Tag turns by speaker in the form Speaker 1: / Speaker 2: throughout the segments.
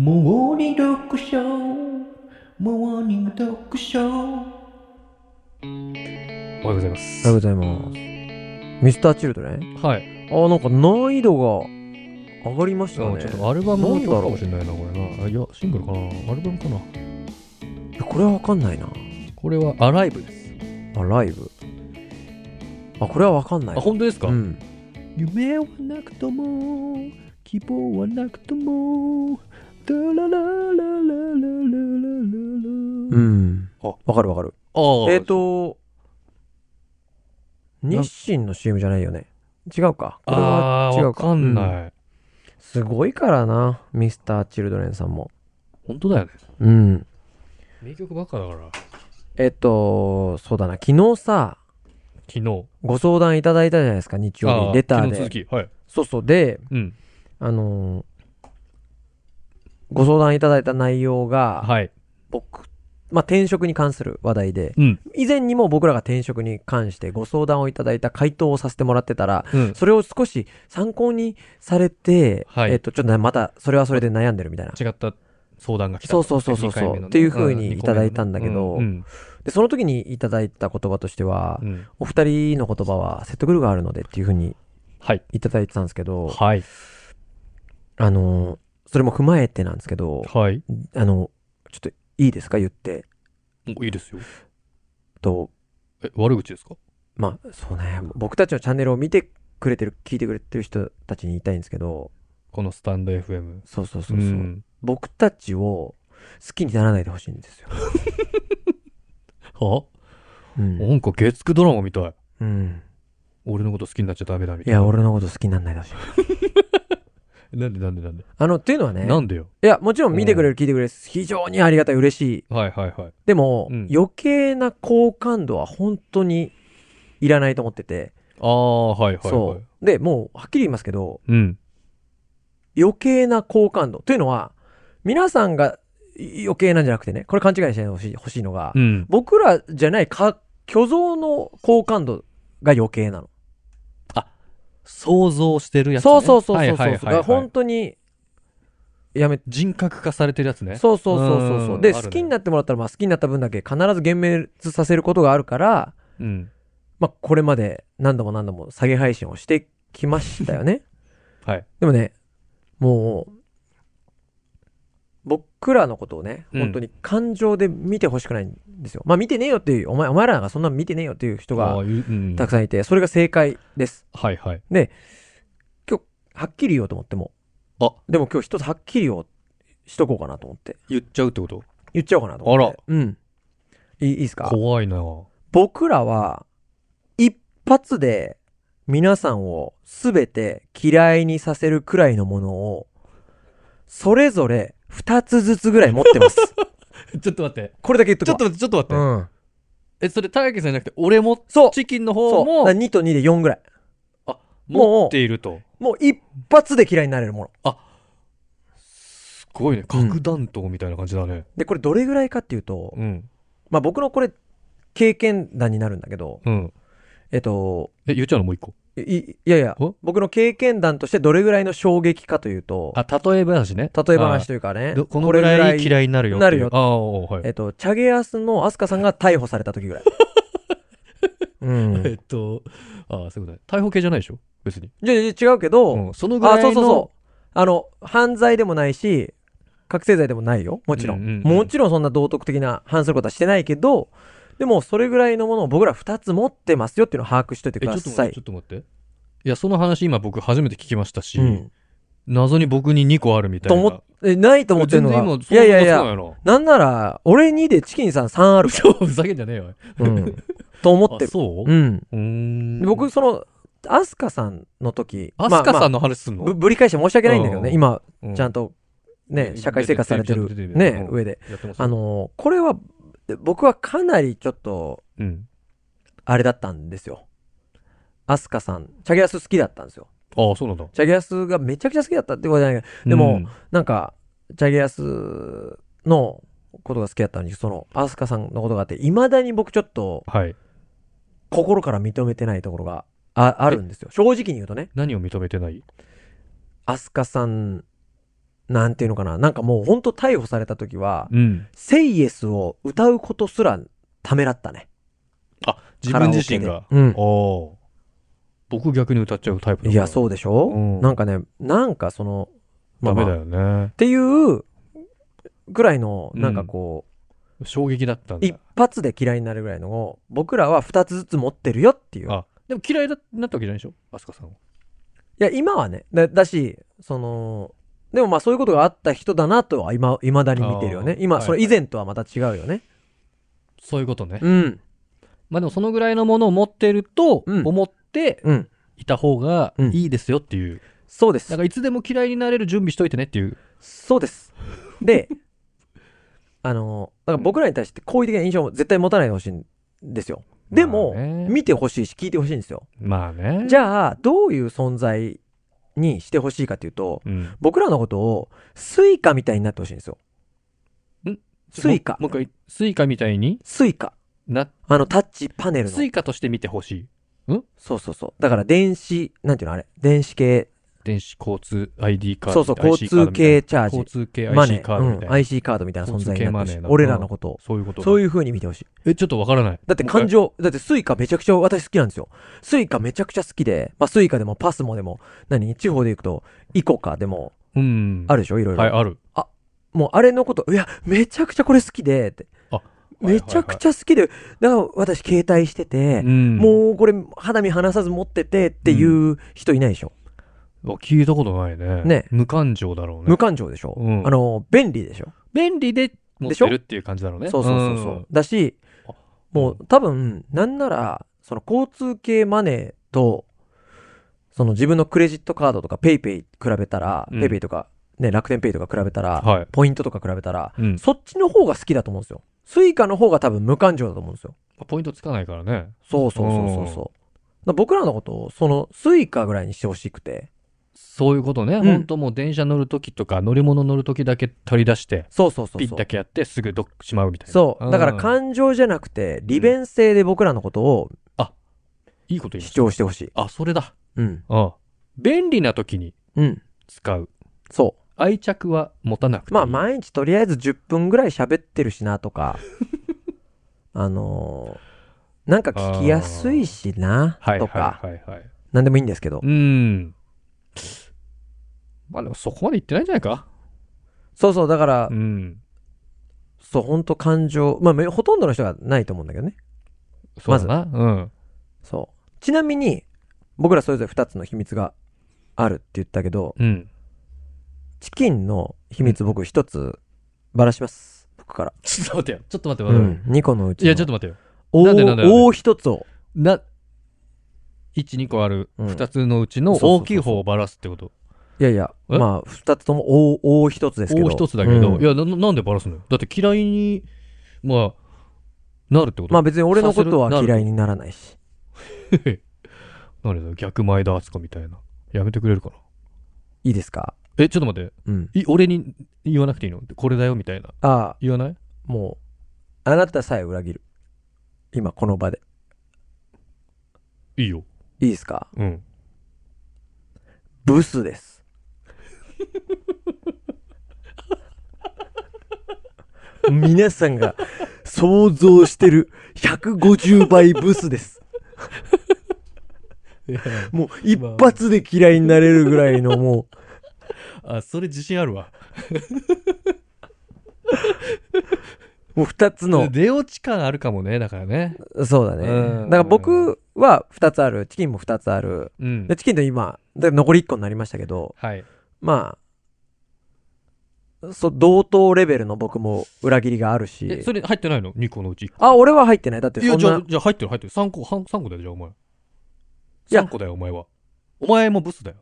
Speaker 1: モーニング読書モーニング読書
Speaker 2: おはようございま
Speaker 3: おはよう
Speaker 2: す。
Speaker 3: ございます。ミスターチルドレン
Speaker 2: はい。
Speaker 3: あー、なんか難易度が上がりまし
Speaker 2: あ
Speaker 3: たね。
Speaker 2: ちょっとアルバム
Speaker 3: なんだろう
Speaker 2: かもしれないな、これな。あいや、シングルかな。アルバムかな。
Speaker 3: いやこれはわかんないな。
Speaker 2: これはアライブです。
Speaker 3: あ、ライブ。あ、これはわかんない。
Speaker 2: あ、本当ですか、
Speaker 3: うん。
Speaker 1: 夢はなくとも希望はなくともダラララララララ
Speaker 3: う
Speaker 1: ラ
Speaker 3: ん。
Speaker 2: あ
Speaker 3: わかるわかる。
Speaker 2: あ
Speaker 3: えっ、ー、、と、日清の CM じゃないよね。違うか。これ
Speaker 2: あ
Speaker 3: は
Speaker 2: ー、
Speaker 3: 違
Speaker 2: わ
Speaker 3: うか。
Speaker 2: かん
Speaker 3: う
Speaker 2: ない。
Speaker 3: すごいからな、ミスターチルドレンさんも。
Speaker 2: 本当だよね。
Speaker 3: うん。
Speaker 2: 名曲ばっかだから。
Speaker 3: えっ、と、そうだな、昨日さ、
Speaker 2: 昨日。
Speaker 3: ご相談いただいたじゃないですか、日曜
Speaker 2: あ
Speaker 3: 日、レター
Speaker 2: 昨日
Speaker 3: で。
Speaker 2: 続き。はい。
Speaker 3: そうそう。で、
Speaker 2: うん。
Speaker 3: あのーご相談いただいた内容が、
Speaker 2: はい。
Speaker 3: 僕、まあ、転職に関する話題で、
Speaker 2: うん。
Speaker 3: 以前にも僕らが転職に関してご相談をいただいた回答をさせてもらってたら、
Speaker 2: うん。
Speaker 3: それを少し参考にされて、
Speaker 2: はい
Speaker 3: えっと、ちょっとねまた、それはそれで悩んでるみたいな。
Speaker 2: 違った相談が来た。
Speaker 3: そうそうそうそう
Speaker 2: 二回目のね
Speaker 3: っていう風にいただいたんだけど
Speaker 2: うん。
Speaker 3: で、その時にいただいた言葉としては
Speaker 2: う、ん
Speaker 3: お二人の言葉は説得力があるのでっていうふうに
Speaker 2: はい。
Speaker 3: いただいてたんですけど、
Speaker 2: はい。
Speaker 3: あのーそれも踏まえてなんですけど、
Speaker 2: はい。
Speaker 3: あの、ちょっといいですか言って、
Speaker 2: おいいですよ。
Speaker 3: と、
Speaker 2: え、悪口ですか
Speaker 3: まあそうね僕たちのチャンネルを見てくれてる聞いてくれてる人たちに言いたいんですけど
Speaker 2: このスタンド FM。
Speaker 3: そうそうそうそう、
Speaker 2: ん
Speaker 3: 僕たちを好きにならないでほしいんですよ、
Speaker 2: は
Speaker 3: うん
Speaker 2: なんか月9ドラマみたい。
Speaker 3: うん、
Speaker 2: 俺のこと好きになっちゃダメだみ
Speaker 3: い
Speaker 2: たいな。
Speaker 3: や俺のこと好きにならないでほしい
Speaker 2: なんでなんでなんで
Speaker 3: あのっていうのはね
Speaker 2: なんでよ。
Speaker 3: いやもちろん見てくれる聞いてくれる非常にありがたい嬉しい
Speaker 2: はいはいはい。
Speaker 3: でも、
Speaker 2: うん
Speaker 3: 余計な好感度は本当にいらないと思ってて、
Speaker 2: ああ、はいはいはい。
Speaker 3: そうでもうはっきり言いますけど
Speaker 2: うん。
Speaker 3: 余計な好感度というのは皆さんが余計なんじゃなくてねこれ勘違いしないでほしいほしいのが、
Speaker 2: うん。
Speaker 3: 僕らじゃないか虚像の好感度が余計なの。
Speaker 2: 想像してるやつ、ね。
Speaker 3: そうそうそうそうそう。
Speaker 2: はいはい
Speaker 3: だか
Speaker 2: はい、
Speaker 3: ら
Speaker 2: は
Speaker 3: 本
Speaker 2: い。
Speaker 3: 当にやめて。
Speaker 2: 人格化されてるやつね。
Speaker 3: そうそうそうそうそうう。
Speaker 2: ん
Speaker 3: で、
Speaker 2: あるね
Speaker 3: 好きになってもらったら、まあ、好きになった分だけ必ず幻滅させることがあるから、
Speaker 2: う。うん。
Speaker 3: まあ、これまで何度も何度も下げ配信をしてきましたよね。
Speaker 2: はい。
Speaker 3: でもね、もう、僕らのことをね、
Speaker 2: うん
Speaker 3: 本当に感情で見てほしくないんですよ。まあ、見てねえよっていう、お前、お前らがそんなの見てねえよっていう人
Speaker 2: あ
Speaker 3: が
Speaker 2: ーいううん、
Speaker 3: たくさんいて、それが正解です。
Speaker 2: はいはい。
Speaker 3: はっきり言おうと思っても。
Speaker 2: あ
Speaker 3: でも今日一つはっきりをしとこうかなと思って。
Speaker 2: 言っちゃうってこと
Speaker 3: 言っちゃおうかなと思って。あら。うん。いいいいですか
Speaker 2: 怖い な。
Speaker 3: 僕らは、一発で皆さんをすべて嫌いにさせるくらいのものを、それぞれ二つずつぐらい持って ます。
Speaker 2: ちょっと待って。
Speaker 3: これだけ言っと
Speaker 2: ちょっ
Speaker 3: くわ
Speaker 2: と待って、ちょっと待って。
Speaker 3: うん。
Speaker 2: え、それ、たやけさんじゃなくて、俺も、
Speaker 3: そう。
Speaker 2: チキンの方
Speaker 3: そう。だか
Speaker 2: も
Speaker 3: ら、2と2で4ぐらい。もう
Speaker 2: 持っていると。
Speaker 3: もう一発で嫌いになれるもの。
Speaker 2: すごいね。
Speaker 3: うん
Speaker 2: 核弾頭みたいな感じだね。
Speaker 3: で、これどれぐらいかっていうと、
Speaker 2: うん。
Speaker 3: まあ僕のこれ、経験談になるんだけど、
Speaker 2: うん。
Speaker 3: えっと、
Speaker 2: え、言っちゃうのもう一個。
Speaker 3: いいいやいや
Speaker 2: お、
Speaker 3: 僕の経験談としてどれぐらいの衝撃かというと、
Speaker 2: あ、例え話ね。
Speaker 3: 例え話というかね
Speaker 2: ど、このぐらい嫌いになるよっていう。
Speaker 3: なるよ
Speaker 2: ああ、はい。
Speaker 3: えっと、チャゲアスのアスカさんが逮捕された 時ぐらい。うん。
Speaker 2: えっと、ああ、そういうことね。逮捕系じゃないでしょ別に。
Speaker 3: じゃじゃ違うけど、
Speaker 2: うん、そのぐら
Speaker 3: あ、
Speaker 2: いの。
Speaker 3: そうそうそう。あの、犯罪でもないし、覚醒剤でもないよ。もちろん。
Speaker 2: うんうんうん
Speaker 3: もちろんそんな道徳的な反することはしてないけど、でもそれぐらいのものを僕ら2つ持ってますよっていうのを把握しといて
Speaker 2: え、
Speaker 3: く
Speaker 2: ちょ
Speaker 3: だ
Speaker 2: っと待
Speaker 3: さ
Speaker 2: って、
Speaker 3: い
Speaker 2: ちょ。っと待って。いや、その話今僕初めて聞きましたし、
Speaker 3: うん、
Speaker 2: 謎に僕に2個あるみたい
Speaker 3: と
Speaker 2: な。
Speaker 3: 思っえないと思ってるのが。
Speaker 2: 全然今
Speaker 3: いやいやい
Speaker 2: 想像
Speaker 3: や、
Speaker 2: がつかな
Speaker 3: なんなら、俺2でチキンさん3ある
Speaker 2: な。 そう、ふざけんじゃねえよ。
Speaker 3: うん、と思っ
Speaker 2: あ
Speaker 3: て、る。
Speaker 2: そうう
Speaker 3: う。
Speaker 2: んーん。
Speaker 3: で僕、、その、アスカさんの時、
Speaker 2: アスカ
Speaker 3: ま
Speaker 2: さ
Speaker 3: あ
Speaker 2: んの話すん
Speaker 3: ま
Speaker 2: の、
Speaker 3: あぶぶり返して申し訳ないんだけどね、
Speaker 2: うん
Speaker 3: 今、
Speaker 2: う
Speaker 3: ちゃんと、ね、
Speaker 2: うん
Speaker 3: 社会生活されて
Speaker 2: 出て
Speaker 3: る、
Speaker 2: る
Speaker 3: ね、
Speaker 2: うん
Speaker 3: 上で。
Speaker 2: やってますよ
Speaker 3: あ、のー、これは、僕はかなりちょっと、
Speaker 2: うん。
Speaker 3: あれだったんですよ。アスカさん、チャゲアス好きだったんですよ。
Speaker 2: ああ、そうなんだ。
Speaker 3: チャゲアスがめちゃくちゃ好きだったってことじゃないけど、でも
Speaker 2: うん
Speaker 3: なんか、チャゲアスのことが好きだったのに、その、アスカさんのことがあって、いまだに僕ちょっと、
Speaker 2: はい。
Speaker 3: 心から認めてないところがああるんですよ。正直に言うとね。
Speaker 2: 何を認めてない
Speaker 3: アスカさんなんていうのかな、なんかもう本当逮捕された時は、
Speaker 2: うん。
Speaker 3: セイエスを歌うことすらためらったね。
Speaker 2: あ、自分自身が。
Speaker 3: カラオケでうん
Speaker 2: おー僕逆に歌っちゃうタイプだから
Speaker 3: いや、そうでしょ、
Speaker 2: うん
Speaker 3: なんかね、なんかその、まあ
Speaker 2: ダ
Speaker 3: まあ
Speaker 2: メだよね
Speaker 3: っ。ていうぐらいの、なんかこ
Speaker 2: 衝撃だったん
Speaker 3: う、
Speaker 2: だ。
Speaker 3: 一発で嫌いになるぐらいのを、僕らは二つずつ持ってるよっていう。い
Speaker 2: あ、でも嫌いだなったわけじゃないでしょアスカさんは。
Speaker 3: や、今はね、だだし、その、でもまあそういうことがあった人だなとは今、未だに見てるよね
Speaker 2: あ。ー
Speaker 3: 今、
Speaker 2: はい
Speaker 3: それ以前とはまた違うよね。
Speaker 2: そういうことね。
Speaker 3: うん。
Speaker 2: まあでもそのぐらいのものを持ってると
Speaker 3: うん
Speaker 2: 思って
Speaker 3: うん。
Speaker 2: いた方が
Speaker 3: うん
Speaker 2: いいですよっていう。
Speaker 3: そうです
Speaker 2: だか。らいつでも嫌いになれる準備しといてねっていう。
Speaker 3: そうです。で、あの、だから僕らに対して好意的な印象も絶対持たないでほしいんですよ。でも、
Speaker 2: まあね
Speaker 3: 見てほしいし聞いてほしいんですよ。
Speaker 2: まあね。
Speaker 3: じ
Speaker 2: ゃ
Speaker 3: ゃあ、どういう存在にしてほしいかというと、
Speaker 2: うん。
Speaker 3: 僕らのことをスイカみたいになってほしいんですよ。スイカ
Speaker 2: もうもう一回、スイカみたいに
Speaker 3: スイカ。
Speaker 2: な、
Speaker 3: あの、タッチパネルの
Speaker 2: ス。イカとして見てほしい。
Speaker 3: そうそうそう。だから電子、なんていうのあれ電子系、
Speaker 2: 電子交通 ID カー
Speaker 3: そ
Speaker 2: ド
Speaker 3: う
Speaker 2: みた
Speaker 3: そ、
Speaker 2: いうな。IC
Speaker 3: 交
Speaker 2: カード
Speaker 3: 通
Speaker 2: みたい
Speaker 3: 系
Speaker 2: な
Speaker 3: チャー
Speaker 2: 交
Speaker 3: ジ。
Speaker 2: 通系
Speaker 3: マネ
Speaker 2: IC カードみたい
Speaker 3: うん、
Speaker 2: な。
Speaker 3: IC カードみたいな存在になってほしい
Speaker 2: 交通系マネー。な
Speaker 3: 俺らのことを。
Speaker 2: そういうことだ。
Speaker 3: そういう風に見てほしい。
Speaker 2: え、ちょっとわからない。
Speaker 3: だって感情、だってスイカめちゃくちゃ私好きなんですよ。スイカめちゃくちゃ好きで、まあスイカでもパスモでも、何地方で行くと、イコカでも
Speaker 2: うん。
Speaker 3: あ
Speaker 2: る。
Speaker 3: るでしょいろいろ。
Speaker 2: はい、ある。
Speaker 3: もうあれのこと、いや、めちゃくちゃこれ好きで、って。
Speaker 2: あ
Speaker 3: めちゃくちゃ好きで、だから私携帯してて、
Speaker 2: ん
Speaker 3: もうこれ肌身離さず持っててっていう人いないでしょ、
Speaker 2: うわ。聞いたことないね。
Speaker 3: ね
Speaker 2: 無感情だろうね
Speaker 3: 無。感情でしょ、
Speaker 2: うん
Speaker 3: あの、便利でしょ
Speaker 2: 便利で持ってるっていう感じだろうね。
Speaker 3: そうそうそうそう。
Speaker 2: ん
Speaker 3: だし
Speaker 2: あ、
Speaker 3: もう多分、なんなら、その交通系マネーと、その自分のクレジットカードとかペイペイ比べたら、
Speaker 2: うん
Speaker 3: ペイペイとか、ね、楽天ペイとか比べたら、
Speaker 2: はい
Speaker 3: ポイントとか比べたら、
Speaker 2: うん。
Speaker 3: そっちの方が好きだと思うんですよ。スイカの方が多分無感情だと思うんですよ。
Speaker 2: ポイントつかないからね。
Speaker 3: そうそうそうそうそう。だから僕らのことを、その、スイカぐらいにしてほしくて。
Speaker 2: そういうことね。
Speaker 3: ん
Speaker 2: 本当もう電車乗るときとか乗り物乗るときだけ取り出して、
Speaker 3: そうそうそう
Speaker 2: ピ
Speaker 3: そ
Speaker 2: ッ
Speaker 3: う
Speaker 2: だ。けやってすぐどっしまうみたいな。
Speaker 3: そう。だから
Speaker 2: ん
Speaker 3: 感情じゃなくて、利便性で僕らのことを
Speaker 2: いいこと言いま
Speaker 3: 主
Speaker 2: した。
Speaker 3: 張してほしい。
Speaker 2: あ、それだ。
Speaker 3: うん。
Speaker 2: うん。便利なときに
Speaker 3: うん。
Speaker 2: 使う。
Speaker 3: そう。
Speaker 2: 愛着は持たなくていい。
Speaker 3: まあ毎日とりあえず10分ぐらい喋ってるしなと か、あのーなんか聞きやすいしな
Speaker 2: はい
Speaker 3: と
Speaker 2: はい
Speaker 3: か、
Speaker 2: はいはい。
Speaker 3: なんでもいいんですけど
Speaker 2: う、ん。まあでもそこまで言ってないんじゃないか。
Speaker 3: そうそう、だから
Speaker 2: う、ん。
Speaker 3: そう、ほんと感情、まあめほとんどの人がないと思うんだけどね。
Speaker 2: そうだな。うん。
Speaker 3: そう。ちなみに、僕らそれぞれ2つの秘密があるって言ったけど、
Speaker 2: うん。
Speaker 3: チキンの秘密僕1つばらします。僕から。
Speaker 2: ちょっと待ってよ。ちょっと待って
Speaker 3: う
Speaker 2: 待って。
Speaker 3: ん。2個のうち
Speaker 2: いや、ちょっ
Speaker 3: と、
Speaker 2: と待ってよ。
Speaker 3: お
Speaker 2: なんでなんでなんで
Speaker 3: お1つを。
Speaker 2: な、1、2個ある
Speaker 3: うん
Speaker 2: 2つのうちの
Speaker 3: そうそうそうそう
Speaker 2: 大きい方をばらすってこと。
Speaker 3: いやいや、
Speaker 2: え
Speaker 3: まあ2つとも大大1つですけど。
Speaker 2: 大一つだけど、
Speaker 3: うん
Speaker 2: いやな、なんでバラすのよ。だって嫌いに、まあ、なるってこと、
Speaker 3: まあ別に俺のことは嫌いにならないし。
Speaker 2: なるよ逆前田敦子みたいな。やめてくれるかな。
Speaker 3: いいですか
Speaker 2: え、ちょっと待って。
Speaker 3: うん。
Speaker 2: い俺に言わなくていいのこれだよみたいな。
Speaker 3: ああ、
Speaker 2: 言わない
Speaker 3: もう、あなたさえ裏切る。今この場で。
Speaker 2: いいよ。
Speaker 3: いいですか
Speaker 2: うん。
Speaker 3: ブスです。 皆さんが想像してる150倍ブスです。もう一発で嫌いになれるぐらいのもう、
Speaker 2: あ、それ自信あるわ。
Speaker 3: もう二つの、
Speaker 2: 出落ち感あるかもね、だからね。
Speaker 3: そうだね。
Speaker 2: うん
Speaker 3: だから僕は二つある、チキンも二つある。
Speaker 2: うん
Speaker 3: で、。チキンと今、で残り一個になりましたけど、
Speaker 2: はい。
Speaker 3: まあ、そ同等レベルの僕も裏切りがある
Speaker 2: え、
Speaker 3: し
Speaker 2: そ、れ入ってないの ?2 個のうち1個。
Speaker 3: あ、俺は入ってない。だって
Speaker 2: い
Speaker 3: そ
Speaker 2: や、
Speaker 3: ん
Speaker 2: じゃあ
Speaker 3: な、、
Speaker 2: じゃあ入ってる入ってる。3個、半三個だよ、じゃあお前。
Speaker 3: や
Speaker 2: 3個だよ、お前は。お前もブスだよ。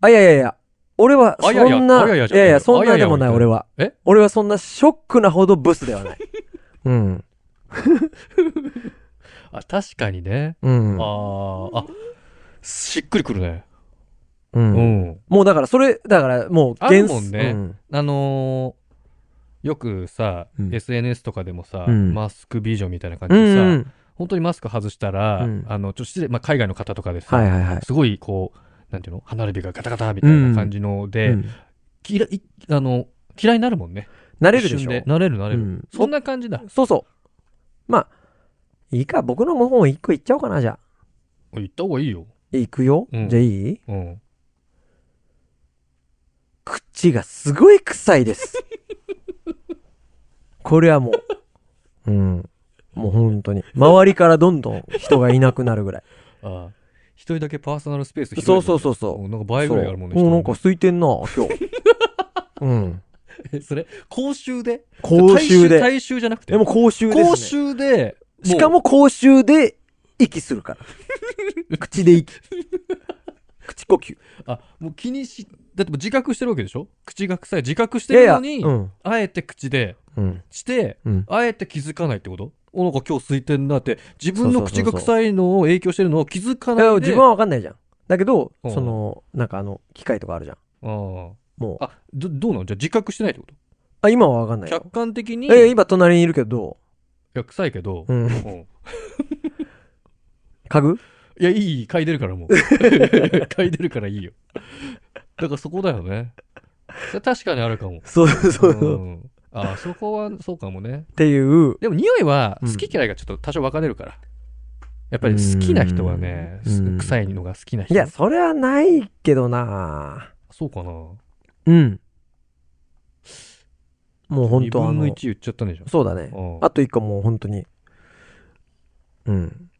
Speaker 3: あ、いやいやいや、俺はそ
Speaker 2: あいやいや
Speaker 3: んな、
Speaker 2: あいやいやじゃない
Speaker 3: いやいや、そんなでもない、
Speaker 2: あいやいや
Speaker 3: 俺は。
Speaker 2: え
Speaker 3: 俺はそんなショックなほどブスでは ない。うん。
Speaker 2: あ、確かにね。
Speaker 3: うん。
Speaker 2: ああ、あ、しっくりくるね。
Speaker 3: う。
Speaker 2: うんん。
Speaker 3: もうだから、それ、だから、もう、
Speaker 2: あるもんね
Speaker 3: うん
Speaker 2: あのーよくさ、
Speaker 3: うん
Speaker 2: SNS とかでもさ、
Speaker 3: うん
Speaker 2: マスク美女みたいな感
Speaker 3: う
Speaker 2: じでさ、
Speaker 3: ん。
Speaker 2: 本当にマスク外したら、
Speaker 3: うん
Speaker 2: あの、ちょっと失礼、まあ、海外の方とかでさ、
Speaker 3: はいはいはい。
Speaker 2: すごいこう、なんていうの花火がガタガタみたいな感じので、
Speaker 3: うん
Speaker 2: 嫌い、あの、嫌いになるもんね。
Speaker 3: 慣れるでし
Speaker 2: 一
Speaker 3: ょ。
Speaker 2: 瞬なれるな
Speaker 3: う
Speaker 2: れる。
Speaker 3: ん、
Speaker 2: そんな感じだ。
Speaker 3: そうそう。まあ、いいか、僕の本一個いっちゃおうかな、じゃあ。
Speaker 2: 行った方がいいよ。
Speaker 3: いくよ、
Speaker 2: うん
Speaker 3: じゃあいい
Speaker 2: うん。
Speaker 3: 口がすごい臭い です。これはもう、うん。もう本当に。周りからどんどん人がいなくなるぐらい。
Speaker 2: ああ。一 人だけパーソナルスペース広い
Speaker 3: そうそう
Speaker 2: う
Speaker 3: そうそう。
Speaker 2: なんか倍ぐらいあるもんね。
Speaker 3: そう
Speaker 2: 人
Speaker 3: もうなんか空いてんな、今日。 うん。
Speaker 2: えそれ、公衆で
Speaker 3: 公衆
Speaker 2: 大衆
Speaker 3: で。
Speaker 2: 大衆じゃなくて。
Speaker 3: でも公衆です、ね。
Speaker 2: 公衆で、
Speaker 3: しか
Speaker 2: も
Speaker 3: も公衆で息す るから。口で息。口呼吸。
Speaker 2: う、あ、もう気にし、だってもう自覚してるわけでしょ口が臭い。自覚してるのに、
Speaker 3: うん。
Speaker 2: あえて口で、
Speaker 3: うん。
Speaker 2: して、
Speaker 3: うん。
Speaker 2: あえて気づかないってことおなんか今日空いてんなって、自分の口
Speaker 3: そ
Speaker 2: が
Speaker 3: うそうそうそう
Speaker 2: 臭いのを影響してるのを気づか
Speaker 3: だから
Speaker 2: ないで。
Speaker 3: 自分はわかんないじゃん。だけど、
Speaker 2: うん
Speaker 3: その、なんかあの、機械とかあるじゃん。
Speaker 2: あ
Speaker 3: もう。
Speaker 2: あ。あ、ど、どうなのじゃあ自覚してないってこと
Speaker 3: あ、今はわかんないよ
Speaker 2: 客。観的に、
Speaker 3: え、
Speaker 2: い
Speaker 3: 今隣にいるけどど
Speaker 2: や、臭いけど、
Speaker 3: うう
Speaker 2: う
Speaker 3: ん。
Speaker 2: ん
Speaker 3: 家具
Speaker 2: いや、いい、嗅いでるからも う。嗅いでるからいいよ。だからそこだよね。それ確かにあるかも。
Speaker 3: そうそうそうう。
Speaker 2: ん。あ、そこはそうかもね。
Speaker 3: っていう。
Speaker 2: でも匂いは
Speaker 3: うん
Speaker 2: 好き嫌いがちょっと多少分かれるから。やっぱり好きな人はね、
Speaker 3: うん
Speaker 2: す
Speaker 3: うん
Speaker 2: 臭いのが好きな人。
Speaker 3: いや、それはないけどな
Speaker 2: そうかな。
Speaker 3: うん。もう本当
Speaker 2: 2
Speaker 3: あ
Speaker 2: 分の
Speaker 3: の
Speaker 2: 1、言っちゃったねじゃん。
Speaker 3: そうだね。
Speaker 2: うん
Speaker 3: あと一個もう本当に。うん。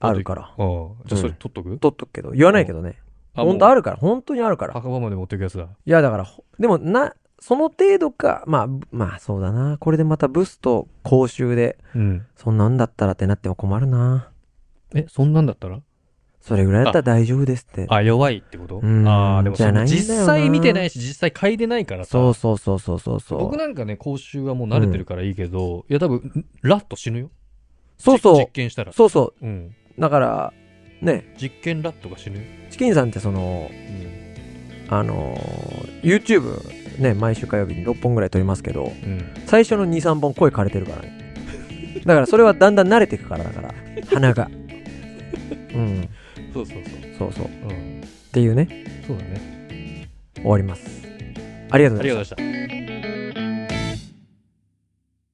Speaker 3: あるから。
Speaker 2: ああ、じゃあそれ取っとく、
Speaker 3: 取っとくけど。言わないけどね。
Speaker 2: あ、もう
Speaker 3: 本当あるから。本当にあるから。
Speaker 2: 墓場まで持ってくやつだ。
Speaker 3: いや、だから、ほでもな、その程度か、まあ、ぶまあそうだな。これでまたブスと公衆で、
Speaker 2: うん。
Speaker 3: そんなんだったらってなっても困るな。
Speaker 2: え、そんなんだったら
Speaker 3: それぐらいだったら大丈夫ですって。
Speaker 2: あ、弱いってこと
Speaker 3: うん
Speaker 2: ああ、でもそ
Speaker 3: じゃ
Speaker 2: の
Speaker 3: ないんだよな
Speaker 2: 実際見てないし、実際嗅いでないからさ。
Speaker 3: そうそうそうそうそうそう。
Speaker 2: 僕なんかね、口臭はもう慣れてるからいいけど、いや多分、ラッと死ぬよ。
Speaker 3: そう
Speaker 2: じ
Speaker 3: そ
Speaker 2: 実験したら
Speaker 3: う。。そうそ
Speaker 2: うん。
Speaker 3: う。だから、ね、
Speaker 2: 実験ラットが死ぬよ。
Speaker 3: チキンさんってその、
Speaker 2: うん。
Speaker 3: あのー YouTube ね、毎週火曜日に6本ぐらい撮りますけど、
Speaker 2: うん、
Speaker 3: 最初の2、3本声枯れてるからね。だからそれはだんだん慣れていくからだから、鼻が。うん、
Speaker 2: そうそうそう。
Speaker 3: そうそう。っ
Speaker 2: うん。
Speaker 3: ていうね、
Speaker 2: そうだね。
Speaker 3: 終わります。ありがとうございました
Speaker 2: ありがとうございました。